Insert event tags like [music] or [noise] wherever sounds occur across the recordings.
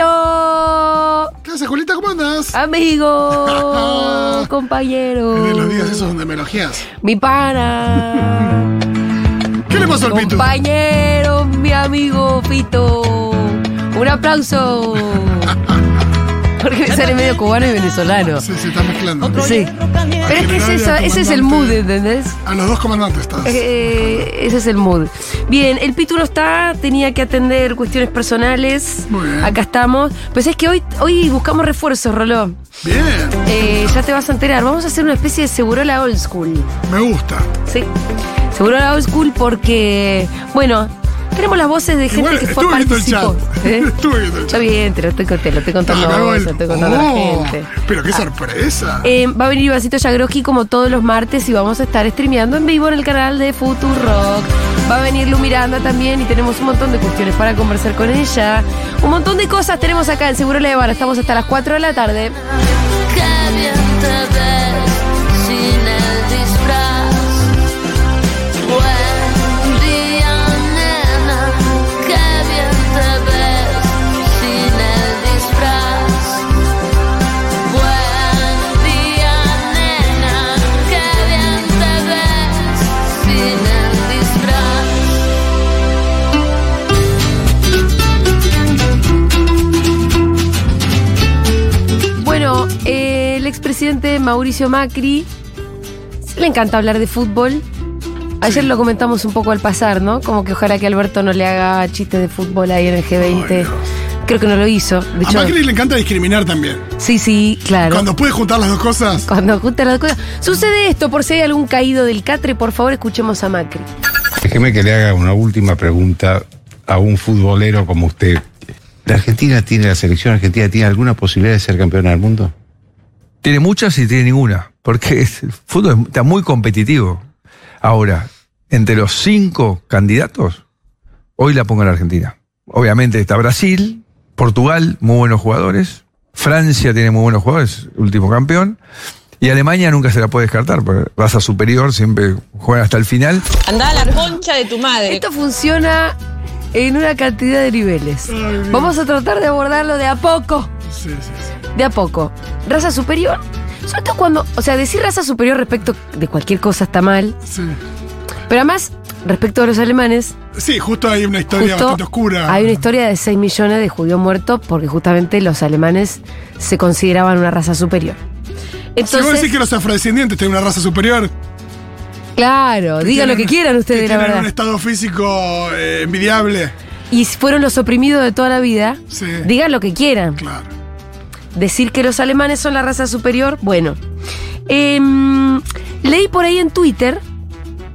Julito. ¿Qué haces, Julita? ¿Cómo andas? Amigo. compañero. Es de los días esos donde me elogias. Mi pana. ¿Qué le pasó al Pitu? compañero, mi amigo Pito. Un aplauso. Porque me sale medio cubano y venezolano. Se, se está mezclando. Sí. Pero es que es eso, ese es el mood, ¿entendés? A los dos comandantes estás. Eh, ese es el mood. Bien, el Pitu no está, tenía que atender cuestiones personales. Muy bien. Acá estamos. Pues es que hoy, hoy buscamos refuerzos, Roló. Bien, Eh, ya te vas a enterar. Vamos a hacer una especie de Segurola Old School. me gusta. Sí. Segurola Old School porque, bueno, tenemos las voces de gente Igual que fue estuve viendo el chat. participó. ¿eh? [laughs] Estuve viendo el Está chat. bien, te lo estoy, te lo estoy contando a Ah, me hago vos, el- te lo estoy contando a la Oh, gente. Pero qué sorpresa. Eh, va a venir Vasito Yagroski como todos los martes y vamos a estar streameando en vivo en el canal de Futurock. Va a venir Lu Miranda también y tenemos un montón de cuestiones para conversar con ella. Un montón de cosas tenemos acá en Seguro La Habana. Estamos hasta las 4 de la tarde. Qué bien te ves sin el disfraz. Buen día, nena. Qué bien te ves sin el disfraz. Buen día, nena. Qué bien te ves sin el disfraz. Bueno, eh, el expresidente Mauricio Macri le encanta hablar de fútbol. Ayer lo comentamos un poco al pasar, ¿no? Como que ojalá que Alberto no le haga chistes de fútbol ahí en el G20. Ay, no. Creo que no lo hizo. De A hecho, Macri le encanta discriminar también. sí, sí, claro. Cuando puede juntar las dos cosas. Cuando juntan las cosas. Sucede esto, por si hay algún caído del catre, por favor escuchemos a Macri. Déjeme que le haga una última pregunta a un futbolero como usted. ¿La Argentina tiene, la selección argentina tiene alguna posibilidad de ser campeona del mundo? Tiene muchas y tiene ninguna, porque es- el fútbol es- está muy competitivo. Ahora, entre los cinco candidatos, hoy la pongo en la Argentina. Obviamente está Brasil, Portugal, muy buenos jugadores, Francia tiene muy buenos jugadores, último campeón, y Alemania nunca se la puede descartar, porque raza superior, siempre juega hasta el final. Andá a la concha de tu madre. Esto funciona en una cantidad de niveles. Vamos a tratar de abordarlo de a poco. Sí, sí, sí. de a poco. Raza superior, sobre todo cuando, o sea, decir raza superior respecto de cualquier cosa está mal, Sí, pero además respecto a los alemanes, Sí, justo hay una historia justo bastante oscura. hay una historia de 6 millones de judíos muertos porque justamente los alemanes se consideraban una raza superior. Si vos Entonces, decís que los afrodescendientes tienen una raza superior, claro, digan lo que quieran ustedes, la tienen un verdad. estado físico eh, envidiable. Y si fueron los oprimidos de toda la vida, Sí. digan lo que quieran. Claro. Decir que los alemanes son la raza superior, bueno. Em, leí por ahí en Twitter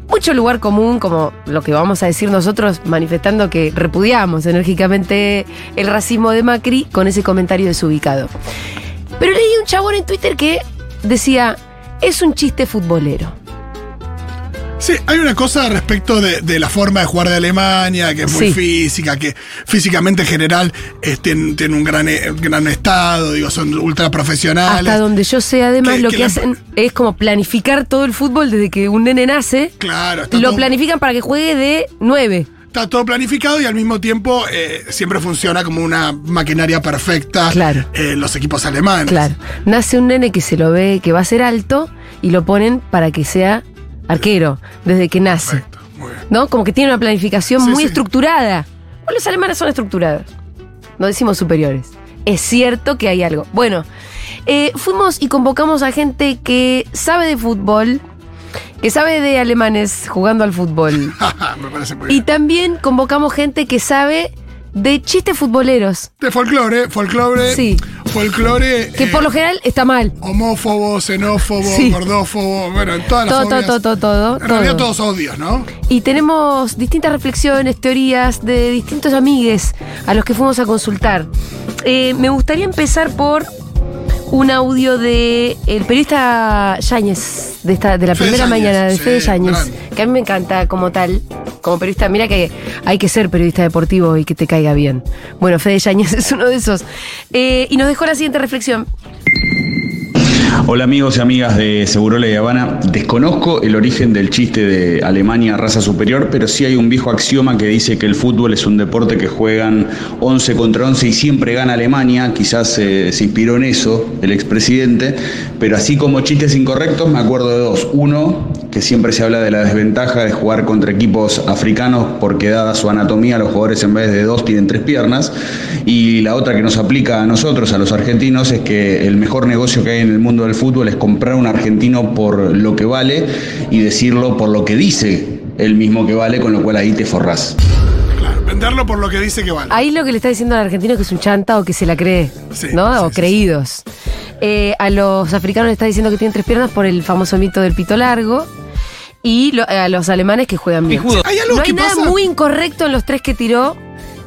mucho lugar común, como lo que vamos a decir nosotros, manifestando que repudiamos enérgicamente el racismo de Macri con ese comentario desubicado. Pero leí un chabón en Twitter que decía, es un chiste futbolero. Sí, hay una cosa respecto de, de la forma de jugar de Alemania, que es muy Sí. física, que físicamente en general es- tienen, tienen un gran, eh, gran estado, digo, son ultra profesionales. Hasta donde yo sé, además, Ah, Que- lo que que, la- hacen es como planificar todo el fútbol desde que un nene nace. Claro, está, Lo todo, planifican para que juegue de 9. está todo planificado y al mismo tiempo eh, siempre funciona como una maquinaria perfecta Claro. eh, los equipos alemanes. Claro. Nace un nene que se lo ve que va a ser alto y lo ponen para que sea arquero desde que nace. Perfecto, muy bien. [laughs] ¿No? Como que tiene una planificación Sí, muy sí. estructurada. Bueno, los alemanes son estructurados. No decimos superiores. Es cierto que hay algo. Bueno, eh, fuimos y convocamos a gente que sabe de fútbol, que sabe de alemanes jugando al [laughs] fútbol. Me parece muy y bien. también convocamos gente que sabe de chistes futboleros. De folclore, folclore. Sí. Folclore. Que eh, por lo general está mal. Homófobo, xenófobo, Sí. gordófobo, bueno, en todas las Todo, todo, fobias. todo, todo, todo, En realidad todo. todos odios, ¿no? Y tenemos distintas reflexiones, teorías de distintos amigues a los que fuimos a consultar. Eh, me gustaría empezar por un audio de el periodista Yáñez, de, esta, de la Fede primera Yáñez, mañana, de sí, Fede Yáñez, grande. que a mí me encanta como tal, como periodista. Mira que hay que ser periodista deportivo y que te caiga bien. [laughs] Bueno, Fede Yáñez es uno de esos. Eh, y nos dejó la siguiente reflexión. Hola amigos y amigas de Segurola y Habana. Desconozco el origen del chiste de Alemania raza superior, pero sí hay un viejo axioma que dice que el fútbol es un deporte que juegan 11 contra 11 y siempre gana Alemania. Quizás eh, se inspiró en eso el expresidente, pero así como chistes incorrectos me acuerdo de dos. Uno, que siempre se habla de la desventaja de jugar contra equipos africanos porque dada su anatomía los jugadores en vez de dos tienen tres piernas. Y la otra que nos aplica a nosotros, a los argentinos, es que el mejor negocio que hay en el mundo del fútbol es comprar un argentino por lo que vale y decirlo por lo que dice el mismo que vale, con lo cual ahí te forrás. Claro, venderlo por lo que dice que vale. Ahí lo que le está diciendo al argentino que es un chanta o que se la cree, Sí, ¿no? sí, o sí, creídos. Eh, a los africanos le está diciendo que tienen tres piernas por el famoso mito del pito largo. Y lo- a los alemanes que juegan bien. Hay algo no que hay nada pasa- muy incorrecto en los tres que tiró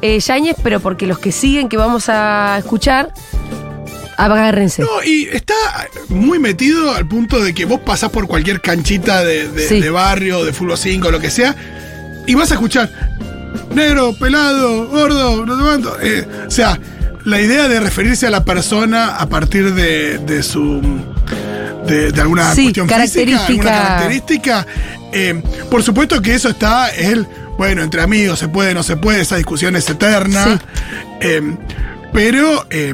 eh, Yáñez, pero porque los que siguen que vamos a escuchar, agárrense. No, y está muy metido al punto de que vos pasás por cualquier canchita de, de- Sí. de barrio, de fútbol 5, lo que sea, y vas a escuchar negro, pelado, gordo, no sé cuánto. Eh, o sea, la idea de referirse a la persona a partir de, de su. de, de alguna Sí, cuestión física, alguna característica. característica. eh, por supuesto que eso está, es el, bueno, entre amigos, se puede, no se puede, esa discusión es eterna. Sí. Eh, pero eh,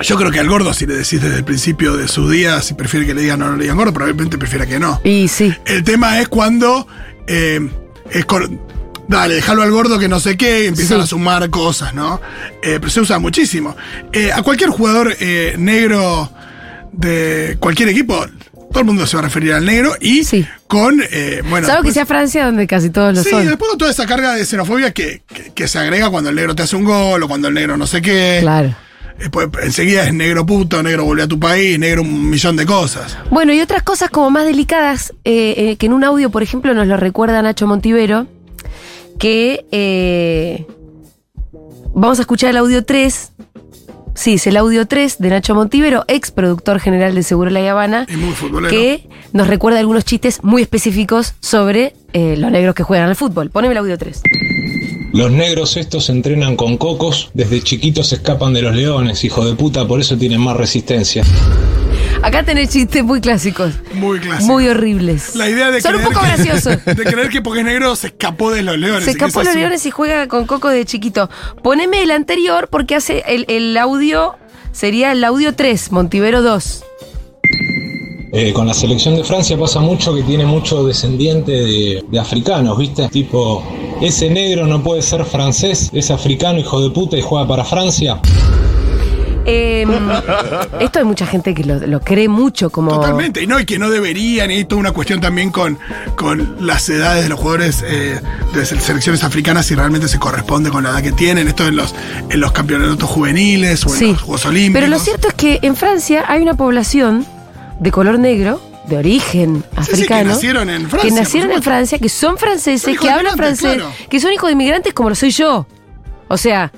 yo creo que al gordo, si le decís desde el principio de sus días, si prefiere que le digan o no le digan gordo, probablemente prefiera que no. Y sí. El tema es cuando eh, es cor- Dale, déjalo al gordo que no sé qué, y empiezan Sí. a sumar cosas, ¿no? Eh, pero se usa muchísimo. Eh, a cualquier jugador eh, negro de cualquier equipo, todo el mundo se va a referir al negro y Sí. con, eh, bueno... Salvo que después- sea Francia, donde casi todos lo Sí, eh. son. después de toda esa carga de xenofobia que, que- que se agrega cuando el negro te hace un gol o cuando el negro no sé qué. Claro. Eh, pues, enseguida es negro puto, negro volvió a tu país, negro un millón de cosas. Bueno, y otras cosas como más delicadas, eh, eh, que en un audio, por ejemplo, nos lo recuerda Nacho Montivero, que eh, vamos a escuchar el audio 3. Sí, es el audio 3 de Nacho Montivero, ex productor general de Seguro La Habana, Es muy futbolero. que nos recuerda algunos chistes muy específicos sobre eh, los negros que juegan al fútbol. Poneme el audio 3. Los negros estos entrenan con cocos, desde chiquitos se escapan de los leones, hijo de puta, por eso tienen más resistencia. Acá tenés chistes muy clásicos, Muy clásico. muy horribles. La idea de Son un creer poco [laughs] que- graciosos. De creer que porque es negro se escapó de los leones. Se y que escapó es los así. leones y juega con Coco de chiquito. Poneme el anterior porque hace el, el audio, sería el audio 3, Montivero 2. Eh, con la selección de Francia pasa mucho que tiene mucho descendiente de, de africanos, ¿viste? Tipo, ese negro no puede ser francés, es africano, hijo de puta, y juega para Francia. [laughs] Eh, esto hay mucha gente que lo, lo cree mucho como... Totalmente. Y no, y que no deberían. Y hay toda una cuestión también con, con las edades de los jugadores eh, de se- selecciones africanas, si realmente se corresponde con la edad que tienen. Esto en los, en los campeonatos juveniles o en Sí. los Juegos Olímpicos. Pero lo cierto es que en Francia hay una población de color negro, de origen Sí, sí, que africano. nacieron en que Francia. por nacieron en supuesto. Francia, que son Son franceses, hijos que de hablan inmigrantes, francés, claro. que son hijos de inmigrantes como lo soy yo. O sea,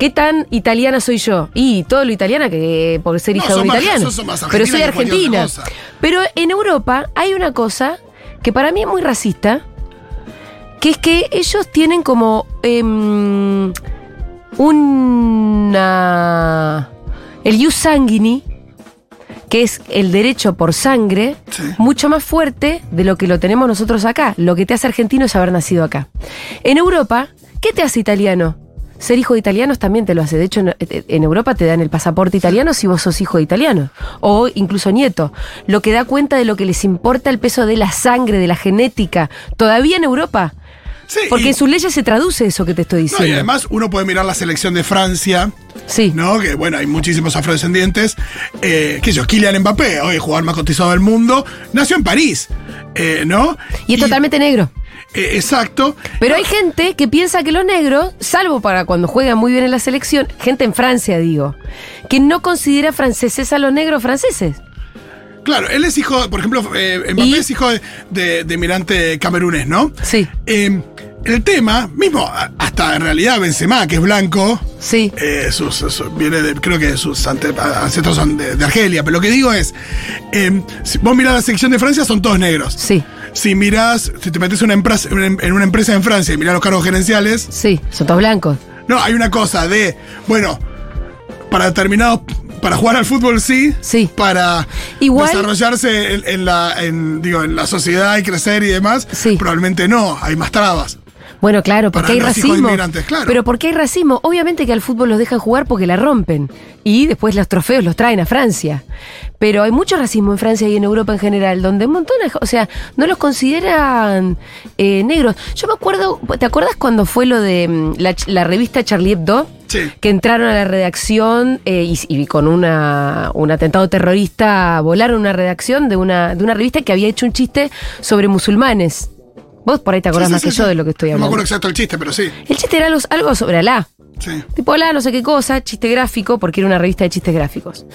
¿qué tan italiana soy yo? Y todo lo italiana que eh, por ser No, hija de un son más- italiano. son más Pero soy argentinas que cualquier otra argentina. cosa. Pero en Europa hay una cosa que para mí es muy racista, que es que ellos tienen como em, una el ius sanguini que es el derecho por sangre, Sí. mucho más fuerte de lo que lo tenemos nosotros acá. Lo que te hace argentino es haber nacido acá. En Europa, ¿qué te hace italiano? Ser hijo de italianos también te lo hace. De hecho, en, en Europa te dan el pasaporte italiano si vos sos hijo de italiano. O incluso nieto. Lo que da cuenta de lo que les importa el peso de la sangre, de la genética. Todavía en Europa. Sí, Porque y- en sus leyes se traduce eso que te estoy no, y diciendo. además uno puede mirar la selección de Francia. sí. ¿no? Que bueno, hay muchísimos afrodescendientes. Eh, ¿Qué sé yo? Kylian Mbappé, hoy el jugador más cotizado del mundo, nació en París, eh, ¿no? y es totalmente negro. eh, exacto. Pero hay gente que piensa que los negros, salvo para cuando juegan muy bien en la selección, gente en Francia, digo, que no considera franceses a los negros franceses. Claro, él es hijo, por ejemplo, eh, Mbappé Y- es hijo de, de, de mirante camerunés, ¿no? Sí. Eh, el tema, mismo, a- hasta en realidad Benzema, que es blanco, Sí. eh, sus, sus- viene de, creo que sus ante- ancestros son de, de Argelia, pero lo que digo es, eh, si vos mirás la selección de Francia, son todos negros. Sí, Si mirás, si te metes en una empresa- en una empresa en Francia y mirás los cargos gerenciales, sí, son todos blancos. no, hay una cosa de, bueno, para determinados. Para jugar al fútbol sí. Sí. Para Igual- desarrollarse en, en la, en, digo, en la sociedad y crecer y demás. Sí. Probablemente no, hay más trabas. Bueno, claro, porque Para hay los hijos de racismo. inmigrantes, claro. Pero porque hay racismo, obviamente que al fútbol los dejan jugar porque la rompen. Y después los trofeos los traen a Francia. Pero hay mucho racismo en Francia y en Europa en general, donde un montón de- O sea, no los consideran eh, negros. Yo me acuerdo. ¿Te acuerdas cuando fue lo de mm, la, ch- la revista Charlie Hebdo? Sí. que entraron a la redacción eh, y, y con una, un atentado terrorista volaron una redacción de una, de una revista que había hecho un chiste sobre musulmanes. Vos por ahí te acordás Sí, sí, más sí, que sí. yo de lo que estoy No me hablando. acuerdo exacto el chiste, pero sí. El chiste era los- algo sobre Alá. sí. Tipo Alá, no sé qué cosa, chiste gráfico, porque era una revista de chistes gráficos.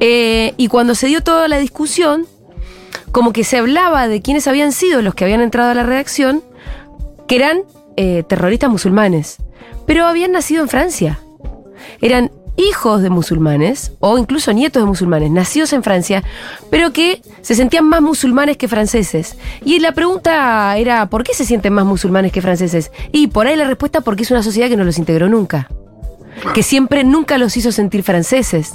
Eh, y cuando se dio toda la discusión, como que se hablaba de quiénes habían sido los que habían entrado a la redacción, que eran eh, terroristas musulmanes, pero habían nacido en Francia. Eran hijos de musulmanes o incluso nietos de musulmanes, nacidos en Francia, pero que se sentían más musulmanes que franceses. Y la pregunta era, ¿por qué se sienten más musulmanes que franceses? Y por ahí la respuesta, porque es una sociedad que no los integró nunca, que siempre nunca los hizo sentir franceses.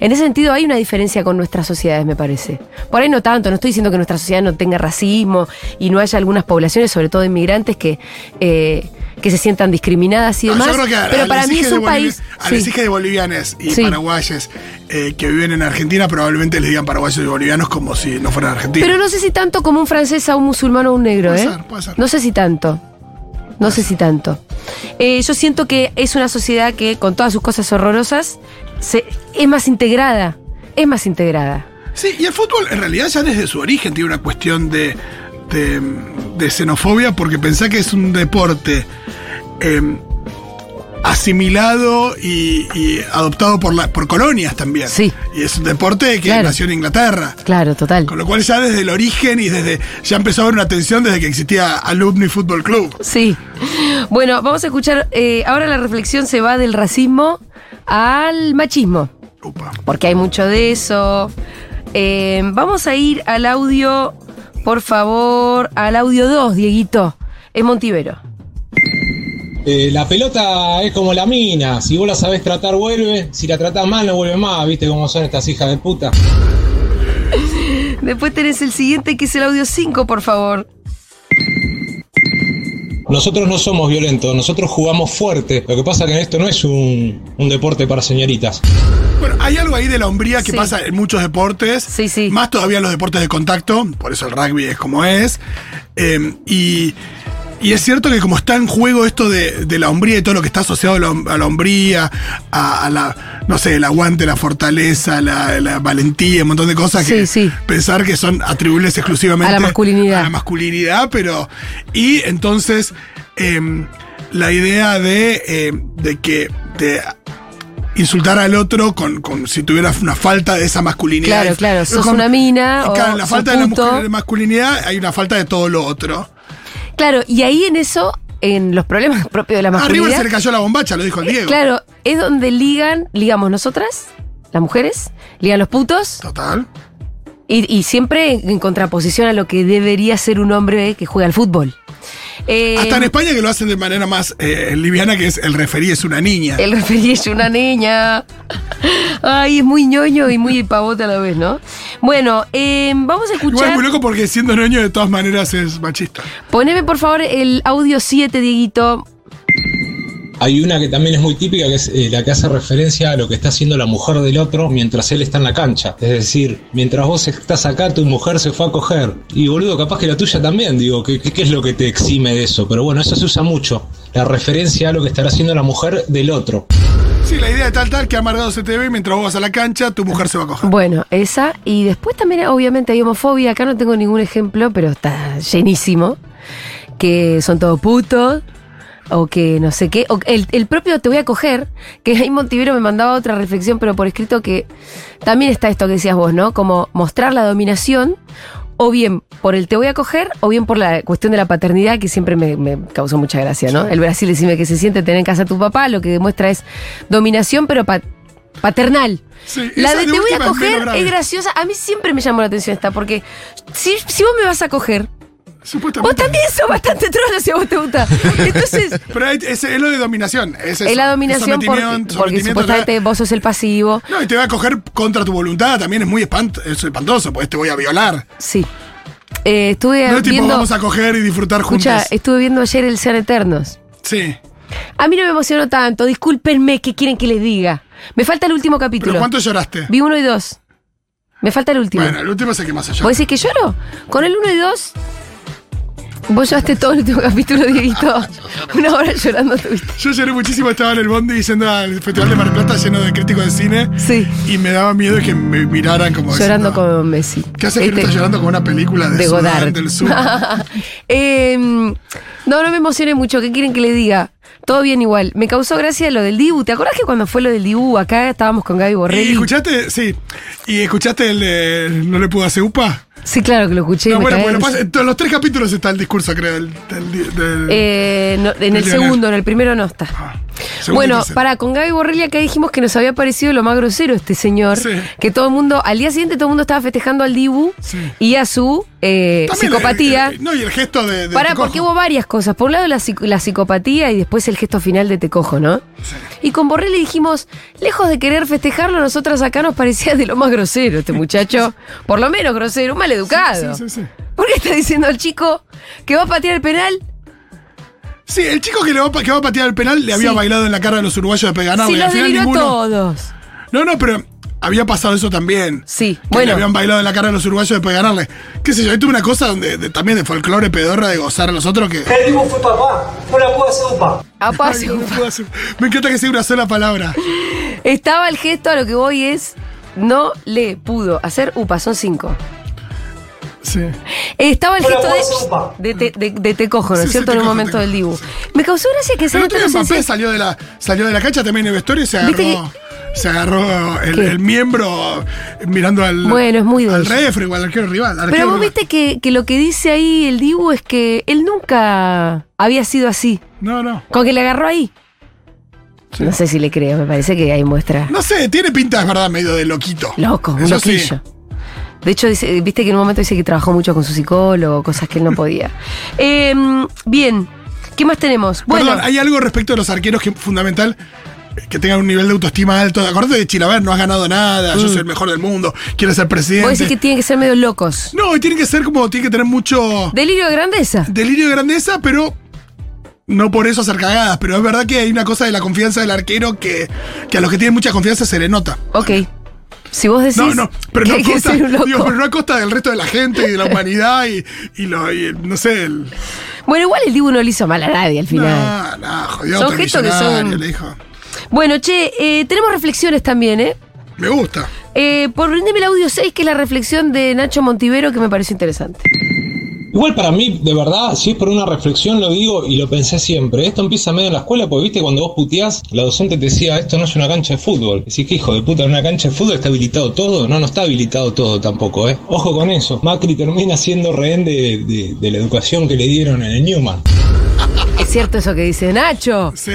En ese sentido hay una diferencia con nuestras sociedades, me parece. Por ahí no tanto, no estoy diciendo que nuestra sociedad no tenga racismo y no haya algunas poblaciones, sobre todo inmigrantes, que, eh, que se sientan discriminadas y No, Ah, yo demás. creo que a- pero a para los mí hijos es de un bolivi- país... A sí. los hijos de bolivianes y Sí. paraguayes eh, que viven en Argentina probablemente les digan paraguayos y bolivianos como si no fueran argentinos. Pero no sé si tanto como un francés a un musulmán o un negro, Puede ¿eh? ser, puede ser. No sé si tanto. No sé si tanto. Eh, yo siento que es una sociedad que, con todas sus cosas horrorosas, se, es más integrada. Es más integrada. Sí, y el fútbol en realidad ya desde su origen tiene una cuestión de, de, de xenofobia porque pensá que es un deporte eh, asimilado y, y adoptado por, la, por colonias también. Sí. Y es un deporte que Claro. nació en Inglaterra. Claro, total. Con lo cual ya desde el origen y desde ya empezó a haber una tensión desde que existía Alumni Fútbol Club. Sí. Bueno, vamos a escuchar. eh, ahora la reflexión se va del racismo al machismo. Upa. porque hay mucho de eso. Eh, vamos a ir al audio, por favor, al audio 2, Dieguito. Es Montivero. Eh, la pelota es como la mina, si vos la sabés tratar vuelve, si la tratás mal no vuelve más, viste cómo son estas hijas de puta. Después tenés el siguiente, que es el audio 5, por favor. Nosotros no somos violentos, nosotros jugamos fuerte, lo que pasa que esto no es un, un deporte para señoritas. Bueno, hay algo ahí de la hombría que Sí. pasa en muchos deportes. Sí, sí. Más todavía en los deportes de contacto, por eso el rugby es como es. Eh, y, y es cierto que como está en juego esto de, de la hombría y todo lo que está asociado a la, hom- a la hombría, a, a la, no sé, el aguante, la fortaleza, la, la valentía, un montón de cosas que Sí, sí. pensar que son atribuibles exclusivamente A la masculinidad. a la masculinidad, pero. Y entonces, em, la idea de, em, de que. de insultar al otro con, con si tuviera una falta de esa masculinidad. Claro, claro, sos Con- una mina y o claro, la sos falta de la puto. masculin- masculinidad, hay una falta de todo lo otro. Claro, y ahí en eso, en los problemas [laughs] propios de la A River se masculinidad. le cayó la bombacha, lo dijo el Diego. Claro, es donde ligan, ligamos nosotras, las mujeres, ligan los putos, Total. y, y siempre en contraposición a lo que debería ser un hombre que juega al fútbol. Eh, Hasta en España que lo hacen de manera más eh, liviana, que es el referí es una niña. El referí es una niña. Ay, es muy ñoño y muy pavote a la vez, ¿no? Bueno, eh, vamos a Igual es escuchar. muy loco porque siendo niño de todas maneras es machista. Poneme, por favor, el audio 7, Dieguito. Hay una que también es muy típica, que es eh, la que hace referencia a lo que está haciendo la mujer del otro mientras él está en la cancha. Es decir, mientras vos estás acá, tu mujer se fue a coger. Y boludo, capaz que la tuya también, digo, ¿qué, qué, qué es lo que te exime de eso? Pero bueno, eso se usa mucho, la referencia a lo que estará haciendo la mujer del otro. Sí, la idea de tal tal que amargado se te ve mientras vos vas a la cancha, tu mujer se va a coger. Bueno, esa. Y después también, obviamente, hay homofobia. Acá no tengo ningún ejemplo, pero está llenísimo. Que son todos putos. O que no sé qué. O el, el propio te voy a coger. Que ahí Montivero me mandaba otra reflexión, pero por escrito que también está esto que decías vos, ¿no? Como mostrar la dominación. O bien por el te voy a coger, o bien por la cuestión de la paternidad, que siempre me, me causó mucha gracia, ¿no? El Brasil decime que se siente tener en casa a tu papá, lo que demuestra es dominación, pero pa- paternal. Sí, La esa de te voy última a es menos coger grave. es graciosa. A mí siempre me llamó la atención esta, porque si, si vos me vas a coger, Vos Supuestamente. también sos bastante trono si a vos te gusta. Entonces, Pero [laughs] es, es- es lo de dominación. Es, eso. es la dominación porque, Sometimiento- porque sometimiento te va- supuestamente vos sos el pasivo. No, y te va a coger contra tu voluntad también, es muy espant- es espantoso, pues te voy a violar. Sí. Eh, estuve No es tipo, viendo. vamos a coger y disfrutar juntos. Escucha, estuve viendo ayer el Sean Eternos. sí. A mí no me emocionó tanto, discúlpenme, ¿qué quieren que les diga? Me falta el último capítulo. ¿Pero cuánto lloraste? Vi uno y dos. Me falta el último. Bueno, el último es el que más allá. ¿Vos decís que lloro? Con el uno y dos. Vos llevaste todo el último [laughs] capítulo, Dieguito. Una hora llorando tuviste. Yo lloré muchísimo, estaba en el bondi yendo al Festival de Mar del Plata lleno de críticos de cine Sí. y me daba miedo que me miraran como Llorando diciendo, con Messi. ¿Qué haces que no Este- estás llorando con una película de, de Sudán Godard. del Sur? [laughs] Eh, no, no me emocioné mucho. ¿Qué quieren que le diga? Todo bien igual. Me causó gracia lo del Dibu. ¿Te acordás que cuando fue lo del Dibu acá estábamos con Gaby y Borrelli? escuchaste, sí, y escuchaste el de No le pudo hacer upa. Sí, claro que lo escuché. no, me bueno, cagué pues lo de pasa- risa. en todos los tres capítulos está el discurso, creo, del, del- del- Eh, no, en el Leonel. segundo, en el primero no está. Ah, segundo y Bueno, tercero. para con Gaby Borrelli acá dijimos que nos había parecido lo más grosero este señor. Sí. Que todo el mundo, al día siguiente todo el mundo estaba festejando al Dibu Sí. y a su eh, También el- psicopatía. el- no, y el gesto de. de Pará, Tecojo. porque hubo varias cosas. Por un lado, la, psic- la psicopatía y después el gesto final de te cojo, ¿no? Y con Borrell le dijimos, lejos de querer festejarlo, nosotras acá nos parecía de lo más grosero este muchacho. Por lo menos grosero, un maleducado. Sí, sí, sí. ¿Por qué está diciendo al chico que va a patear el penal? Sí, el chico que, le va, a pa- que va a patear el penal le había Sí. bailado en la cara a los uruguayos de Peganaba. si y Ah, los al final deliró a ninguno. todos. No, no, pero había pasado eso también. Sí, Que bueno. Le habían bailado en la cara a los uruguayos después de ganarle. Qué sé yo, ahí tuve una cosa donde, de- también de folclore pedorra de gozar a los otros que. El dibujo fue papá, no la puedo hacer un pa. A Ay, paso. no puedo hacer- Me encanta que sea una sola palabra. Estaba el gesto, a lo que voy es, no le pudo hacer upa, son cinco. Sí. Estaba el Hola, gesto guaso. de, de, te- de- de te cojo, ¿no Sí, es sí, cierto? te en un cojo, momento te del cojo, Dibu. Me causó gracia que se Pero otro día notara Mbappé ese- salió de, la, salió de la cancha también en el vestuario y se agarró. ¿Viste Se agarró el, ¿Qué? el miembro mirando al. Bueno, es muy Al dulce. refri o al arquero rival. arquero Pero vos rival. viste que, que lo que dice ahí el Dibu es que él nunca había sido así. No, no. Como que le agarró ahí. No sé si le creo, me parece que ahí muestra. No sé, tiene pinta, es verdad, medio de loquito. Loco, un Eso sí. loquillo. De hecho, dice- viste que en un momento dice que trabajó mucho con su psicólogo, cosas que él no podía. [laughs] Eh, bien, ¿qué más tenemos? Bueno, Perdón, hay algo respecto a los arqueros que fundamental eh, que tengan un nivel de autoestima alto. Acordate de Chilaver, no has ganado nada, yo soy el mejor del mundo, quiero ser Mm. vos presidente. decís que tienen que ser medio locos. No, y tiene que ser como, tiene que tener mucho Delirio de grandeza. delirio de grandeza, pero no por eso hacer cagadas. Pero es verdad que hay una cosa de la confianza del arquero que, que a los que tienen mucha confianza se le nota. Ok. Si vos decís No, no, pero que no, hay a que costa, ser un loco. digo, pero no a costa del resto de la [laughs] gente y de la humanidad y, y lo, y el- no sé, el, Bueno, igual el Dibu no le hizo mal a nadie al final. no, no, jodido, Son otro gestos que son- millonario, le dijo. Bueno, che, eh, tenemos reflexiones también, ¿eh? Me gusta. Eh, por brindeme el audio 6, que es la reflexión de Nacho Montivero, que me pareció interesante. Igual para mí, de verdad, si es por una reflexión, lo digo y lo pensé siempre. Esto empieza medio en la escuela, porque viste, cuando vos puteás, la docente te decía, esto no es una cancha de fútbol. Decís que hijo de puta, en una cancha de fútbol está habilitado todo. No, no está habilitado todo tampoco, ¿eh? Ojo con eso. Macri termina siendo rehén de, de- de la educación que le dieron en el Newman. Es cierto eso que dice Nacho. Sí.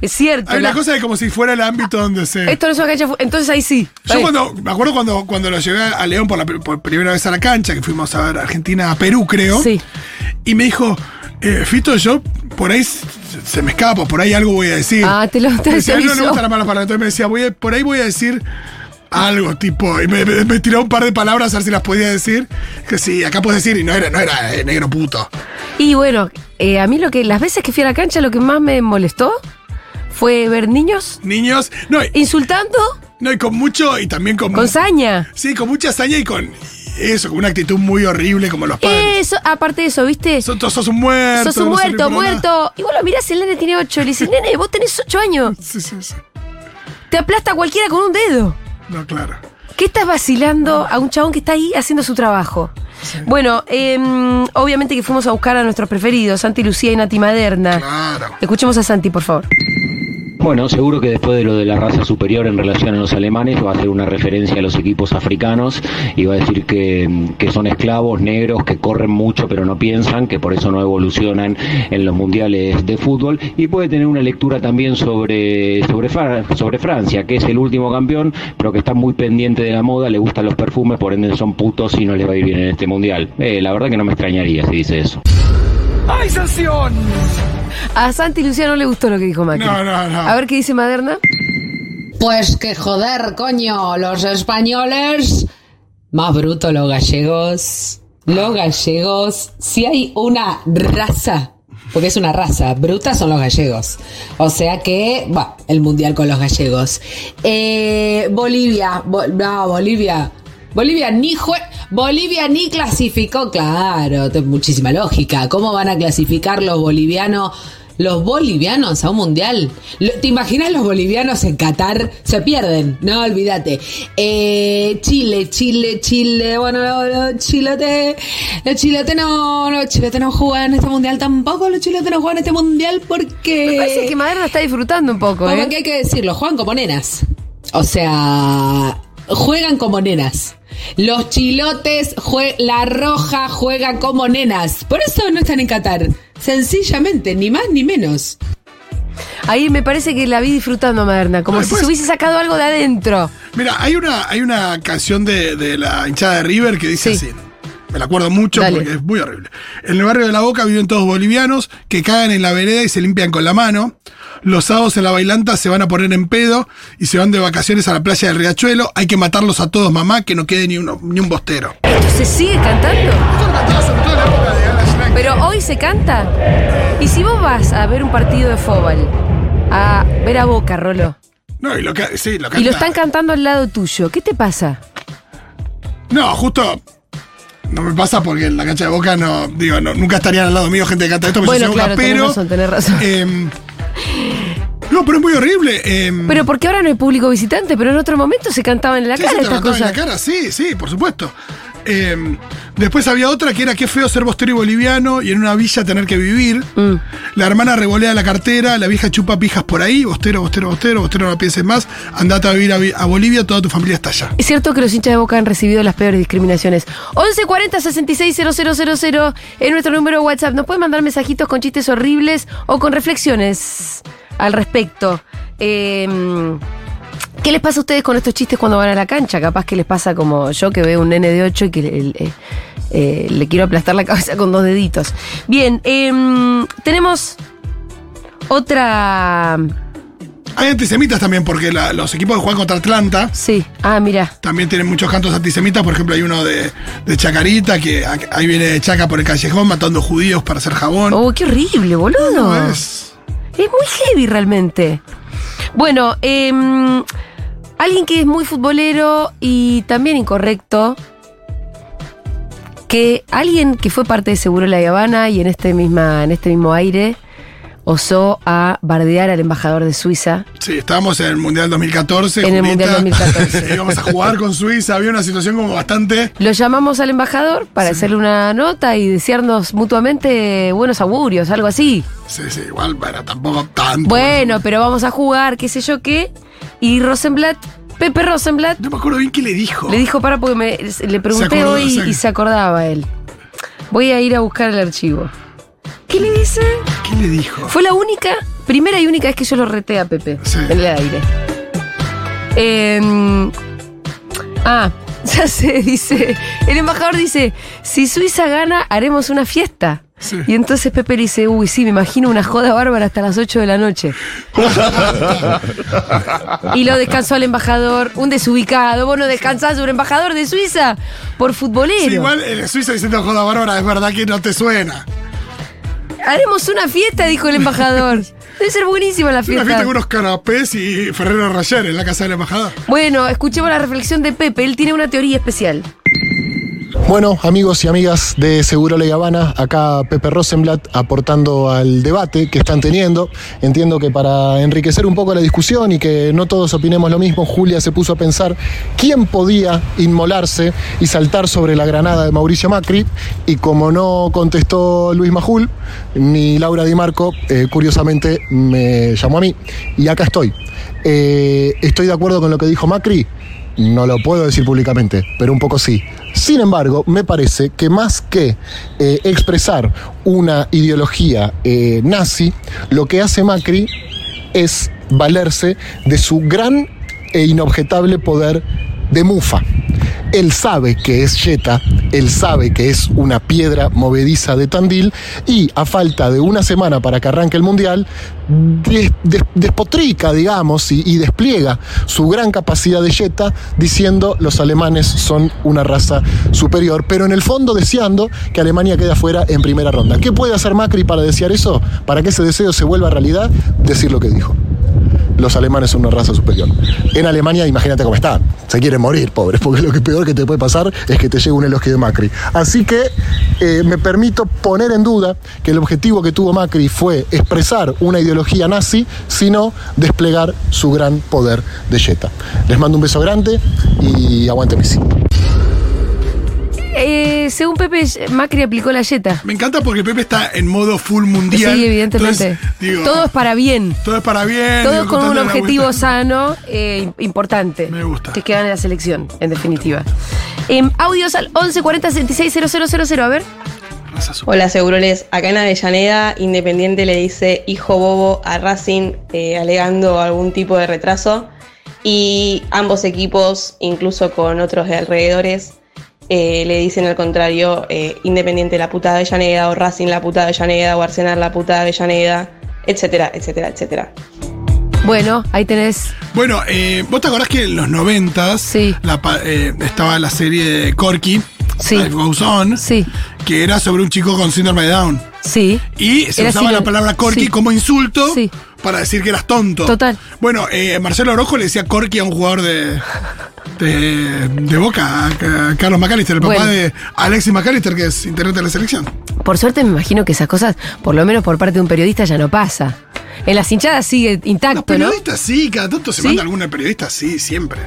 Es cierto. Hay la- una cosa de como si fuera el ámbito donde se. Esto no es una cancha de fu- Entonces ahí sí. Yo Ahí. cuando, me acuerdo cuando, cuando lo llevé a León por la pri- por primera vez a la cancha, que fuimos a ver Argentina a Perú, creo. Sí. Y me dijo, eh, Fito, yo por ahí s- se me escapa, por ahí algo voy a decir. Ah, te lo te Me decía, "A él no le avisó. gustan las malas palabras. Entonces me decía, voy a- por ahí voy a decir algo, tipo. Y me, me- me tiró un par de palabras a ver si las podía decir. Que sí, acá puedes decir, y no era, no era eh, negro puto. Y bueno, eh, a mí lo que las veces que fui a la cancha lo que más me molestó fue ver niños Niños, no, y, insultando no, y con mucho, y también con. con saña. Sí, con mucha hazaña y con eso, con una actitud muy horrible como los padres. Eso, aparte de eso, ¿viste? Sos, sos un muerto. Eh, Sos un no servís muerto, para nada. muerto. Y vos lo mirás, el nene tiene 8. Le dices, nene, vos tenés 8 años. Sí, sí, sí. Te aplasta cualquiera con un dedo. No, claro. ¿Qué estás vacilando a un chabón que está ahí haciendo su trabajo? Bueno, eh, obviamente que fuimos a buscar a nuestros preferidos, Santi Lucía y Nati Maderna. Claro. Escuchemos a Santi, por favor. Bueno, seguro que después de lo de la raza superior en relación a los alemanes va a hacer una referencia a los equipos africanos y va a decir que, que son esclavos negros que corren mucho pero no piensan, que por eso no evolucionan en los mundiales de fútbol y puede tener una lectura también sobre, Eh, sobre, Fra- sobre Francia, que es el último campeón pero que está muy pendiente de la moda, le gustan los perfumes, por ende son putos y no les va a ir bien en este mundial. Eh, la verdad que no me extrañaría si dice eso. ¡Ay, sanción! A Santi Lucía no le gustó lo que dijo Macri. No, no, no. A ver qué dice Maderna. Pues que joder, coño, los españoles. Más bruto los gallegos. Los gallegos. Si hay una raza, porque es una raza, bruta son los gallegos. O sea que, va, el mundial con los gallegos. Eh, Bolivia, Bo- no, Bolivia. Bolivia ni jue- Bolivia ni clasificó, claro, te- muchísima lógica. ¿Cómo van a clasificar los bolivianos, los bolivianos a un mundial? Lo- ¿Te imaginas los bolivianos en Qatar? Se pierden, no olvídate. Eh, Chile, Chile, Chile, bueno, los los chilotes, los chilotes no, los chilotes no juegan este mundial tampoco, los chilotes no juegan este mundial porque Me parece que Maderna está disfrutando un poco, Eh, como ¿eh? que hay que decirlo, juegan como nenas. O sea, juegan como nenas. Los chilotes, jue- la roja juega como nenas. Por eso no están en Qatar. Sencillamente, ni más ni menos. Ahí me parece que la vi disfrutando a Maderna, como si se hubiese sacado algo de adentro. Mira, hay una, hay una canción de, de la hinchada de River que dice así. Me la acuerdo mucho Dale. porque es muy horrible. En el barrio de La Boca viven todos bolivianos que cagan en la vereda y se limpian con la mano. Los sábados en la bailanta se van a poner en pedo y se van de vacaciones a la playa del Riachuelo. Hay que matarlos a todos, mamá, que no quede ni, uno, ni un bostero. ¿Se sigue cantando? Pero hoy se canta. Y si vos vas a ver un partido de fútbol, a ver a Boca, Rolo, No, y lo, ca- y sí, lo lo canta. están cantando al lado tuyo, ¿qué te pasa? No, justo. No me pasa porque en la cancha de boca no. Digo, no- nunca estarían al lado mío gente que canta esto, me Bueno, soy de Boca, claro, tenés pero. razón, tenés razón. em, no, pero es muy horrible. em, Pero porque ahora no hay público visitante, pero en otro momento se cantaba en la Sí, cara se te estas levantaba en cosas. la cara, sí, sí, por supuesto. Eh, después había otra que era qué feo ser bostero y boliviano y en una villa tener que vivir. Mm. La hermana revolea la cartera, la vieja chupa pijas por ahí, bostero, bostero, bostero, bostero, no pienses más, andate a vivir a, vi- a Bolivia, toda tu familia está allá. Es cierto que los hinchas de Boca han recibido las peores discriminaciones. 1140 660000 es nuestro número de WhatsApp. Nos pueden mandar mensajitos con chistes horribles o con reflexiones al respecto. Eh, ¿Qué les pasa a ustedes con estos chistes cuando van a la cancha? Capaz que les pasa como yo que veo un nene de 8 y que le, le- eh, le quiero aplastar la cabeza con dos deditos. Bien, em, tenemos otra... Hay antisemitas también porque la- los equipos que juegan contra Atlanta Sí, ah, mira. también tienen muchos cantos antisemitas, por ejemplo hay uno de, de Chacarita, que a- ahí viene Chaca por el callejón matando judíos para hacer jabón. Oh, qué horrible, boludo. No, es- Es muy heavy realmente. Bueno, eh, alguien que es muy futbolero y también incorrecto. Que alguien que fue parte de Seguro La Habana y en este, misma, en este mismo aire osó a bardear al embajador de Suiza. Sí, estábamos en el Mundial 2014. En el Mundial 2014. [laughs] íbamos a jugar con Suiza, había una situación como bastante... Lo llamamos al embajador para hacerle una nota y desearnos mutuamente buenos augurios, algo así. Sí, sí, igual, bueno, tampoco tanto. Bueno, pero vamos a jugar, qué sé yo qué. Y Rosenblatt, Pepe Rosenblatt, No me acuerdo bien qué le dijo. Le dijo para porque me, le pregunté acordó, hoy sí. y se acordaba él. Voy a ir a buscar el archivo. ¿Qué le dice? ¿Qué le dijo? Fue la única, primera y única vez que yo lo reté a Pepe Sí. en el aire. Em, ah, [laughs] ya sé, dice. El embajador dice: Si Suiza gana, haremos una fiesta. Sí. Y entonces Pepe le dice: Uy, sí, me imagino una joda bárbara hasta las 8 de la noche. [laughs] Y lo descansó al embajador, un desubicado. Vos no descansás un embajador de Suiza por futbolero. Sí, igual el Suiza diciendo joda bárbara, es verdad que no te suena. Haremos una fiesta, dijo el embajador. Debe ser buenísima la Una fiesta. fiesta con unos canapés y Ferrero Rocher en la casa del embajador. Bueno, escuchemos la reflexión de Pepe. Él tiene una teoría especial. Bueno, amigos y amigas de Seguro La Habana, acá Pepe Rosenblatt aportando al debate que están teniendo. Entiendo que para enriquecer un poco la discusión y que no todos opinemos lo mismo, Julia se puso a pensar quién podía inmolarse y saltar sobre la granada de Mauricio Macri. Y como no contestó Luis Majul ni Laura Di Marco, eh, curiosamente me llamó a mí. Y acá estoy. Eh, estoy de acuerdo con lo que dijo Macri. No lo puedo decir públicamente, pero un poco sí. Sin embargo, me parece que más que eh, expresar una ideología eh, nazi, lo que hace Macri es valerse de su gran e inobjetable poder de mufa. Él sabe que es Yeta, él sabe que es una piedra movediza de Tandil y a falta de una semana para que arranque el Mundial, des- des- despotrica, digamos, y, y despliega su gran capacidad de Yeta diciendo los alemanes son una raza superior, pero en el fondo deseando que Alemania quede afuera en primera ronda. ¿Qué puede hacer Macri para desear eso? Para que ese deseo se vuelva realidad, decir lo que dijo los alemanes son una raza superior. En Alemania, imagínate cómo están. Se quieren morir, pobres, porque lo que peor que te puede pasar es que te llegue un elogio de Macri. Así que eh, me permito poner en duda que el objetivo que tuvo Macri fue expresar una ideología nazi, sino desplegar su gran poder de Jetta. Les mando un beso grande y aguante Messi. Eh, según Pepe, Macri aplicó la yeta. Me encanta porque Pepe está en modo full mundial. Sí, evidentemente. Entonces, digo, todo es para bien. todo es para bien. Todo digo, con un contándole la objetivo vuelta. sano eh, importante. Me gusta. Que quedan en la selección, en definitiva. Em, audios al 1140 660000. A ver. Hola, Seguroles. Acá en Avellaneda, Independiente le dice hijo bobo a Racing, eh, alegando algún tipo de retraso. Y ambos equipos, incluso con otros de alrededores, eh, le dicen al contrario: eh, Independiente la puta de Avellaneda, o Racing la puta de Avellaneda, o Arsenal la puta de Avellaneda, etcétera, etcétera, etcétera. Bueno, ahí tenés. Bueno, eh, vos te acordás que en los noventas la pa- eh, estaba la serie de Corky, Life Goes On, que era sobre un chico con síndrome de Down. Sí. Y se Era usaba síndrome- la palabra Corky sí. como insulto para decir que eras tonto. Total. Bueno, eh, Marcelo Orojo le decía Corky a un jugador de. De, de Boca, a, a Carlos McAllister, el papá Bueno. de Alexis McAllister, que es integrante de la selección. Por suerte me imagino que esas cosas, por lo menos por parte de un periodista, ya no pasa. En las hinchadas sigue intacto, ¿no? Periodista, sí, cada tanto se manda alguna periodista, sí, siempre.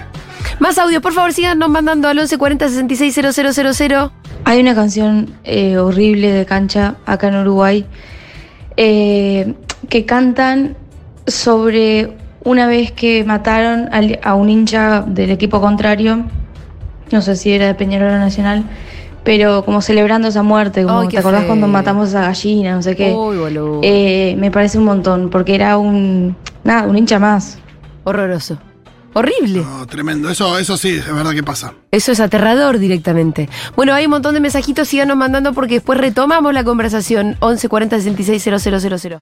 Más audio, por favor, sigan nos mandando al 1140 660000. Hay una canción eh, horrible de cancha acá en Uruguay eh, que cantan sobre una vez que mataron al- a un hincha del equipo contrario, no sé si era de Peñarol o Nacional, pero como celebrando esa muerte, como Ay, qué te acordás feo. cuando matamos a gallina, no sé qué. Uy, boludo. Eh, me parece un montón, porque era un, nada, un hincha más. Horroroso. Horrible. No, tremendo. Eso, eso sí, es verdad que pasa. Eso es aterrador directamente. Bueno, hay un montón de mensajitos, síganos mandando porque después retomamos la conversación. 1140 660000.